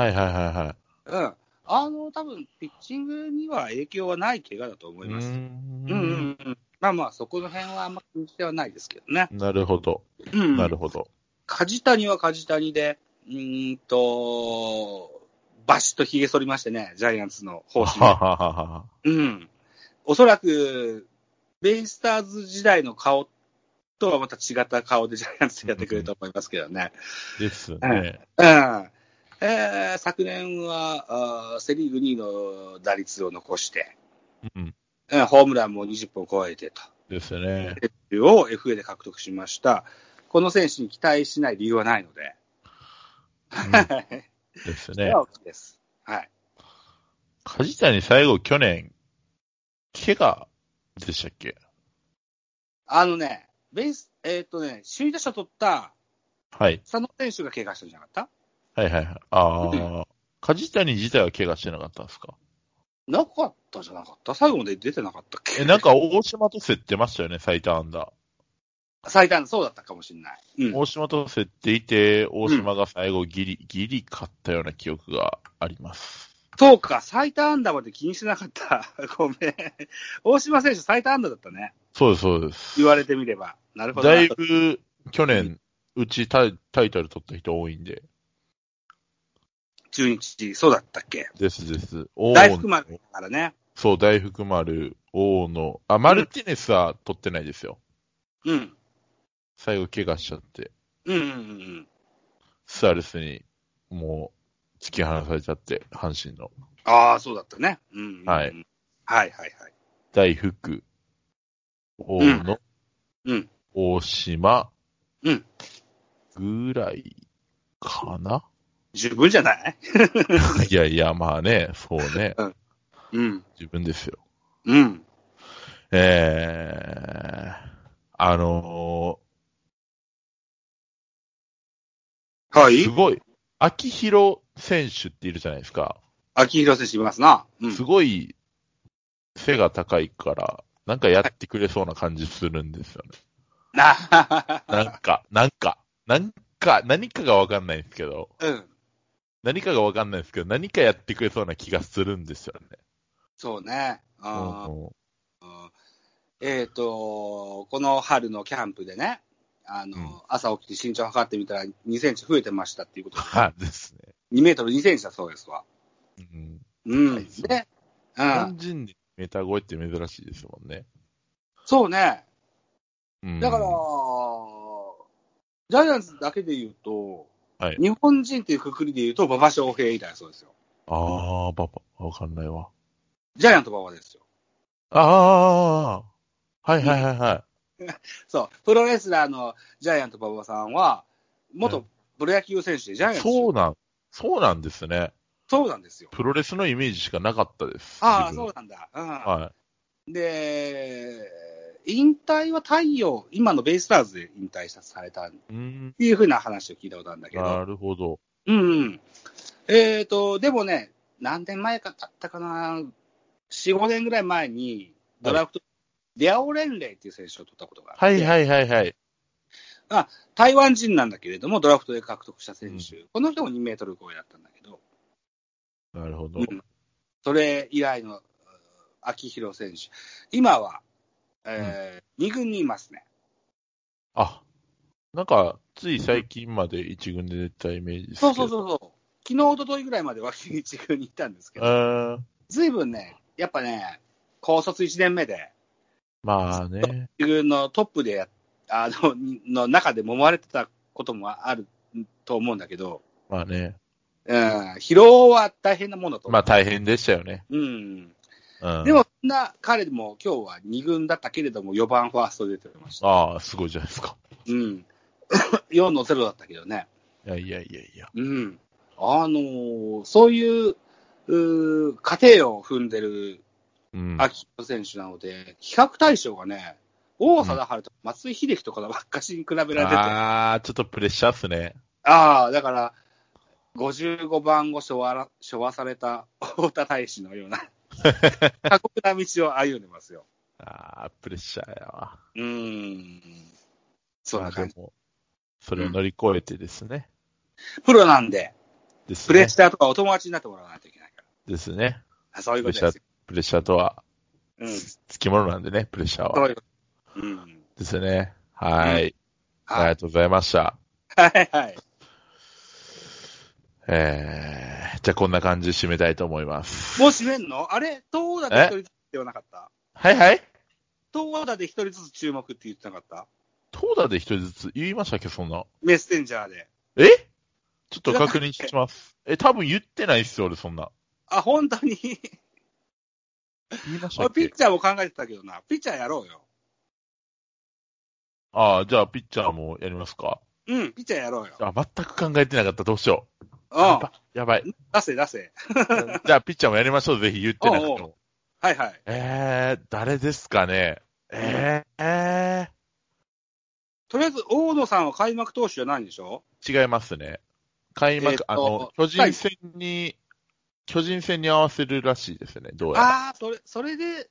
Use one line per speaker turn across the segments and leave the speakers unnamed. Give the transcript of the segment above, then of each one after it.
はいはいはいは
うん。あの、多分ピッチングには影響はない怪我だと思
い。
います。
うー
うんうんうん。まあまあ、そこの辺はあんま気にしてはないですけどね。
なるほど、
うん。
なるほど。
梶谷は梶谷で、うーんと、バシッと髭剃りましてね、ジャイアンツの方針
ははははは。
うん。おそらく、ベイスターズ時代の顔とはまた違った顔でジャイアンツやってくれると思いますけどね。
ですね。
うん。えー昨年はあーセ・リーグ2位の打率を残して、
うん、
うんホームランも20本超えてと。
ですね。
を FA で獲得しました。この選手に期待しない理由はないので。
うん
はい。
です
それ
ね
は。大きいです。はい。
梶谷最後、去年、怪我でしたっけ
あのね、ベース、えーっ、とね、首位打者取った
はい。
佐野選手が怪我したんじゃなかった
はいはいはい。ああ、梶谷自体は怪我してなかったんですか
なかったじゃなかった最後まで出てなかったっけ
え、なんか大島と競ってましたよね、最多安打。
最短、そうだったかもしれない。うん。
大島と競っていて、大島が最後ギリ、ギリ勝ったような記憶があります。
そうか、最多安打まで気にしてなかった。 ごめん。大島選手最多安打だったね。
そうです、そうです。
言われてみれば。なるほどな。
だいぶ、去年、うちタイタイトル取った人多いんで。
中日、そうだったっけ
ですです。大
大福丸だからね。
そう、大福丸、大野。あ、マルティネスは取ってないですよ。
うん。
最後、怪我しちゃって。
うんうんうん。
スアレスに、もう、突き放されちゃって、阪神の。
ああ、そうだったね。うんうんうん。
はい
はいはいはい。
大福、大野、
うんうん
大島、
うん
ぐらい、かな
十分じゃない
いやいや、まあね、そうね。
うん。
自分ですよ。
うん。
えー、あの
は
ー、
い
す。ごい、秋広選手っているじゃないですか。
秋広選手いますな。うん
す。ごい背が高いから、なんかやってくれそうな感じするんですよね。
な
なんか、なんか、なんか、何かがわかんないんですけど、
うん。
何かがわかんないんですけど、何かやってくれそうな気がするんですよね。
そうね。
う
あー
んうん
えっ、と、この春のキャンプでね、あの、
うん
朝起きて身長測ってみたら2センチ増えてましたっていうことで、
はい、ですね。
2メートル2センチだそうですわ。
うん、
うん。
はいそう
で、う
日
ん
本。人でメーター超えって珍しいですもんね。
そうね。
うん、
だから、ジャイアンツだけで言うと、
はい
日本人っていうくくりで言うと、馬場翔平以来そうですよ。
ああ、パパ、わかんないわ。
ジャイアント馬場ですよ。
ああ、はいはいはいは
そう。プロレスラーのジャイアント馬場さんは、元プロ野球選手でジャイアン
い。
ツ、
そうなん、そうなんですね。
そうなんですよ。
プロレスのイメージしかなかったです。
ああ、
自
そ
分
うなんだ。うん。
は
で、引退は太陽、今のベイスターズで引退さされたっ
い。うん、
ていうふうな話を聞いたことあるんだけ
な
ど、
るほど。
うんうん。えっ、と、でもね、何年前かだったかな、4、5年ぐらい前に、ドラフト、デアオレンレイっていう選手を取ったことがあって、
はいはいはいはい。
台湾人なんだけれども、ドラフトで獲得した選手、この人も2メートル超えだったんだけど、
なるほど。
うんそれ以来のうん秋広選手、今は、え2軍にいますね。
あ、なんか、つい最近まで一軍で出てたイメージですけ
そ
ど。
うそうそうそう。昨日、一昨日ぐらいまで脇一軍にいたんですけ
う
ど、
ーん。
ずいぶんね、やっぱね、高卒1年目で、
まあね。
一軍のトップでや、あの、にの中で揉まれてたこともあると思うんだけど、
まあね。
うん、疲労は大変なもんだと思
ま
う。
あ大変でしたよね。
うん。
うん。
でも、、そんな彼でも今日は2軍だったけれども、4番ファーストで出てました。
ああ、すごいじゃないですか。
うん。4の0だったけどね。
いやいやいやいや。
うん、あのーそういううー過程を踏んでる
うん。
秋広選手なので、比較対象がね、王貞治と松井秀喜とかばっかしに比べられてて、あ
ああ、ちょっとプレッシャーっすね。
あー、だから、55番を昭和ら昭和された太田大使のような過酷な道を歩んでますよ。
ああ、プレッシャーやわ。
うーん。そんな感じ。
まあでもそれを乗り越えてですね。
プロなんで、
です
プレ
ね
ッ。シャーとかお友達になってもらわないといけないから。
ですね。
あそういうことですよ。
プレッシャーとは、
うん。そ
つきものなんでね、プレッシャー
う
は。
いうこと。うん。
ですね。はい。あり
はい。
がとうございました。
はいはい。
えー、じゃあこんな感じで締めたいと思います。
もう閉めんのあれ東和田で一人ずつではなかった
はいはい。
東和田で一人ずつ注目って言ってなかった
東大で一人ずつ言いましたっけ、そんな。
メッセンジャーで。
えちょっと確認します。え、多分言ってないっすよ、俺、そんな。
あ、本当に。
言いました
俺
っ
ピ
け
ッチャーも考えてたけどな。ピッチャーやろうよ。
ああ、じゃあ、ピッチャーもやりますか。
うん、ピッチャーやろうよ。
あ、全く考えてなかった。どうしよう。や
う
ばやばい。
ん。出せ出せ。
じゃあ、ピッチャーもやりましょう、ぜひ言ってなくて
おうお
も。
はいはい。
えー、誰ですかね。えー、え
とりあえず、大野さんは開幕投手じゃないんでしょ
ー、違いますね。開幕、
えーっと
あの、巨人戦に、巨人戦に合わせるらしいですね。どうやら。
ああ、それ、それで、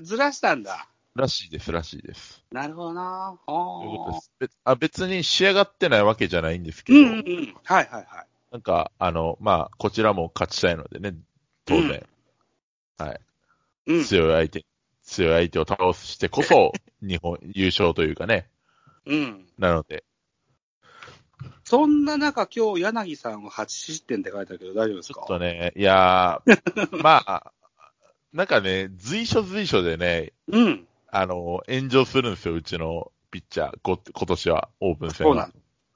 ずらしたんだ。
らしいです、らしいです。
なるほどな。あ
と
ー
いうことです。べあ別に仕上がってないわけじゃないんですけ
う
ど、
んうんうん。はいはいはい。
なんか、あの、まあ、こちらも勝ちたいのでね、当然、
うん。
強い相手、強い相手を倒してこそ、 日本、優勝というかね、
うん。
なので、
そんな中、今日、柳さんは8失点って書いてあるけど、大丈夫で
ち
す
ょ
か
っとね、いや ー、まあ、なんかね、随所随所でね、
うん。
あの、炎上するんですよ、うちのピッチャー、こ今年は、オープン戦
そうな
は
ん。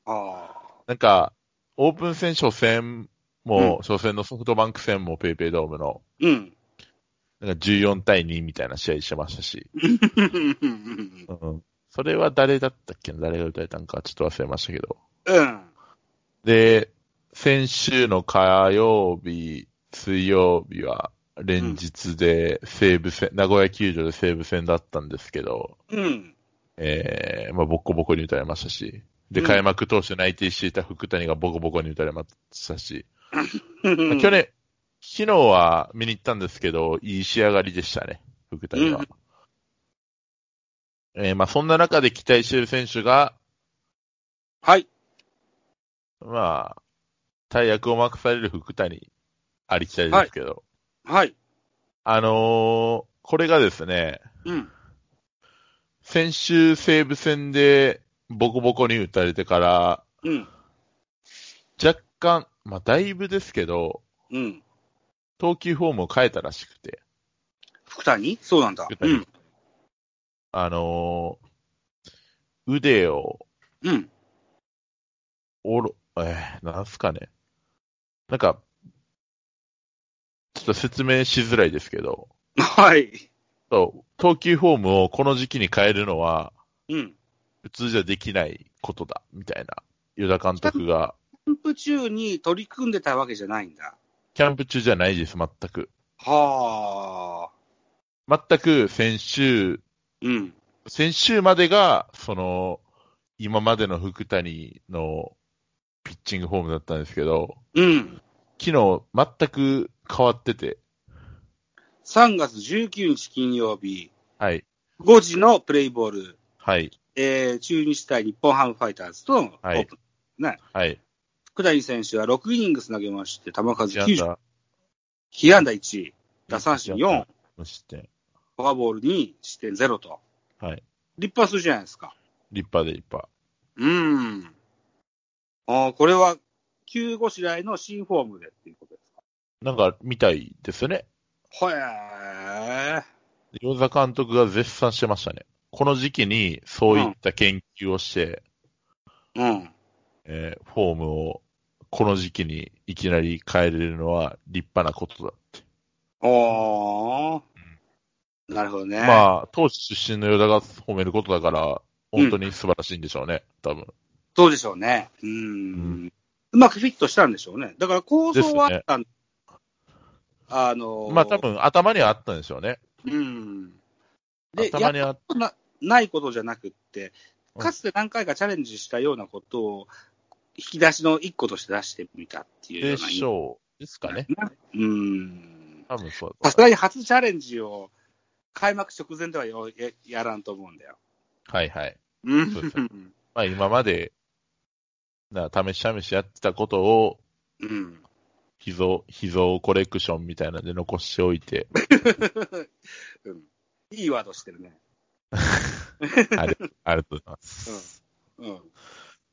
ああ。
なんか、オープン戦初戦も、
うん
初戦のソフトバンク戦もペイペイドームの、
うん。
なんか14対2みたいな試合してましたし、
うんうんうん
うん。それは誰だったっけな誰が打たれたんか、ちょっと忘れましたけど。
うん。
で、先週の火曜日、水曜日は、連日で西武戦、名古屋球場で西武戦だったんですけど、
うん。
ええまあ、ボッコボコに打たれましたし、で、
うん
開幕当初内定していた福谷がボコボコに打たれましたし、
う
ま
ん
あ去年、昨日は見に行ったんですけど、いい仕上がりでしたね、福谷は。えーまあ、そんな中で期待している選手が、
はい。
まあ、大役を任される福谷、ありきたりですけど、
はい。
あのーこれがですね、
うん。
先週西武戦でボコボコに打たれてから、
うん。
若干、まあ、だいぶですけど、
うん。
投球フォームを変えたらしくて、
福谷そうなんだ。
福
う
谷
ん。
あのー腕を、
うん。
おろ、えー、なんすかね。なんか、ちょっと説明しづらいですけど、
はい。
そう投球フォームをこの時期に変えるのは、
うん。
普通じゃできないことだ、みたいな、与田監督が、
キャンプ中に取り組んでたわけじゃないんだ。
キャンプ中じゃないです、全く。
はあ。
全く先週、
うん。
先週までが、その、今までの福谷のピッチングフォームだったんですけど、
うん。
昨日全く変わってて、
3月19日金曜日、
はい、
5時のプレイボール、
はい、
えー、中日対日本ハムファイターズとのオープン。
はいはい。
福谷選手は6イニングス投げまして、球数
ジャン
90、
ダ
被安打1、打三振4、
無失点。
フォアボール2、失点0と。
はい。
立派な数字じゃないですか。
立派で立派。
うーん。あーこれは、急ごしらえの新フォームでっていうことで
なんか、見たいですよね。
すか。へえ。
与田監督が絶賛してましたね。この時期に、そういった研究をして、
うん。
えーフォームを、この時期にいきなり変えれるのは立派なことだって。
おー。なるほどね。
まあ、当時出身の与田が褒めることだから、本当に素晴らしいんでしょうね、多分。
どうでしょうね。うーん。
ん
うまくフィットしたんでしょうね。だから構想はあったん、あのー
まあ、多分頭にはあったんでしょうね。
うん。で、
頭
やっ
にはあっ
となないことじゃなくって、
うん
かつて何回かチャレンジしたようなことを引き出しの一個として出してみたっていう
で
ような
しょう。ですかね。
うん。
多分そう
さ
だ
す
と思い
がに初チャレンジを開幕直前ではよややらんと思うんだよ。
ます。はいはい。
う
そうです
ん。
まあ、今まで、な試し試しやってたことを、
うん。
秘蔵、秘蔵コレクションみたいなんで残しておいて、
うん。いいワードしてるね。
あれ、ありがとうございます。
うん。
ま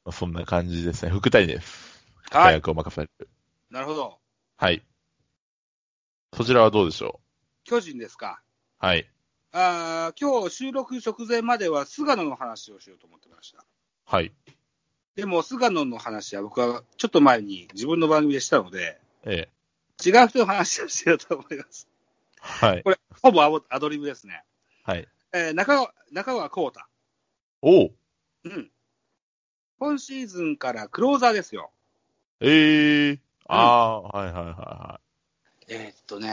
あそんな感じですね。福谷です。
は
大
い。
学を任される。
なるほど。
はい。そちらはどうでしょ
巨人ですか。
うはい。
あー今日収録直前までは菅野の話をしようと思ってました。
はい。
でも菅野の話は僕はちょっと前に自分の番組でしたので、
ええ。
違う人の話をしてると思います。
はい。
ほぼアボアドリブですね。
はい。
えー中川中川幸太。
おう
うん。今シーズンからクローザーですよ。
ええああー、はいはいはいは
えーっとね、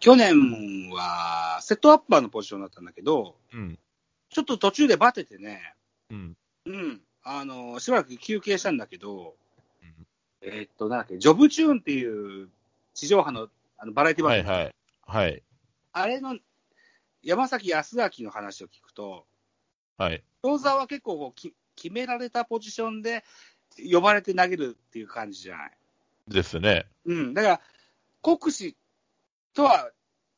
去年はセットアッパーのポジションだったんだけど、
い。うん。
ちょっと途中でバテてね、
うん。
うん、あの、しばらく休憩したんだけど
うん、
えーっと、なんだっけ、ジョブチューンっていう地上波のあのバラエティ番
は
組、
いはい。はい。
あれの山崎康明の話を聞くと、
はい。
クローザーは結構こうき決められたポジションで呼ばれて投げるっていう感じじゃない。
ですね。
うん、だから、国士とは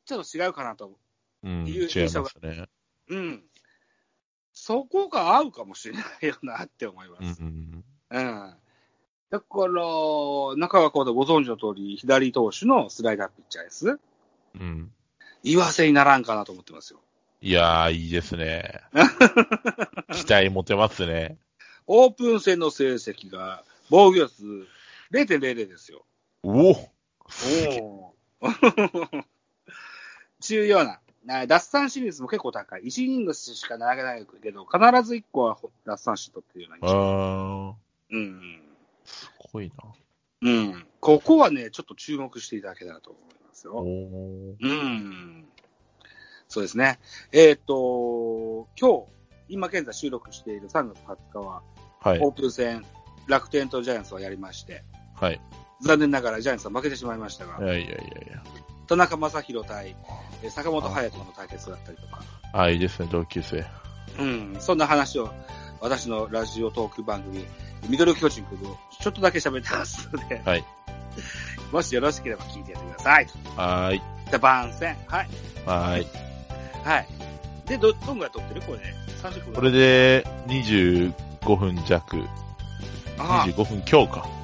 ちょっと違うかなと思
うん。
いう
違いますね。
う。うん。そこが合うかもしれないよなって思いま
うんう
す。
ん
うん。だから、中川幸太ご存知の通り、左投手のスライダーピッチャーです。
うん。うん。
言わせにならんかなと思ってますよ。
いやー、いいですね。期待持てますね。
オープン戦の成績が防御率0.00です よ。
おお
おお。 重要な。な奪三振率も結構高い。1イニングしか投げないけど、必ず1個はほ奪三振取ってるような。
あー、
うん。
すごいな。
うん。ここはね、ちょっと注目していただけたらと思います
お
よ。
お
うん。そうですね。えっ、と、今日、今現在収録している3月20日は、
はい
オ。ープン戦、楽天とジャイアンツはやりまして、
はい。
残念ながらジャイアンツは負けてしまいましたが
い、やいやいやいや。
田中将大対えー坂本勇人の対決だったりとか、
ああ、いいですね、同級生。
うん、そんな話を私のラジオトーク番組、ミドル巨人くんをちょっとだけ喋ってますので、
はい
もしよろしければ聞いてやってください。
はーい。
で、番宣。はい。
はーい。
はい。で、ど、どんぐらい撮ってるこれで。30分
これで、25分弱。
ああ
Ah. 25分強か。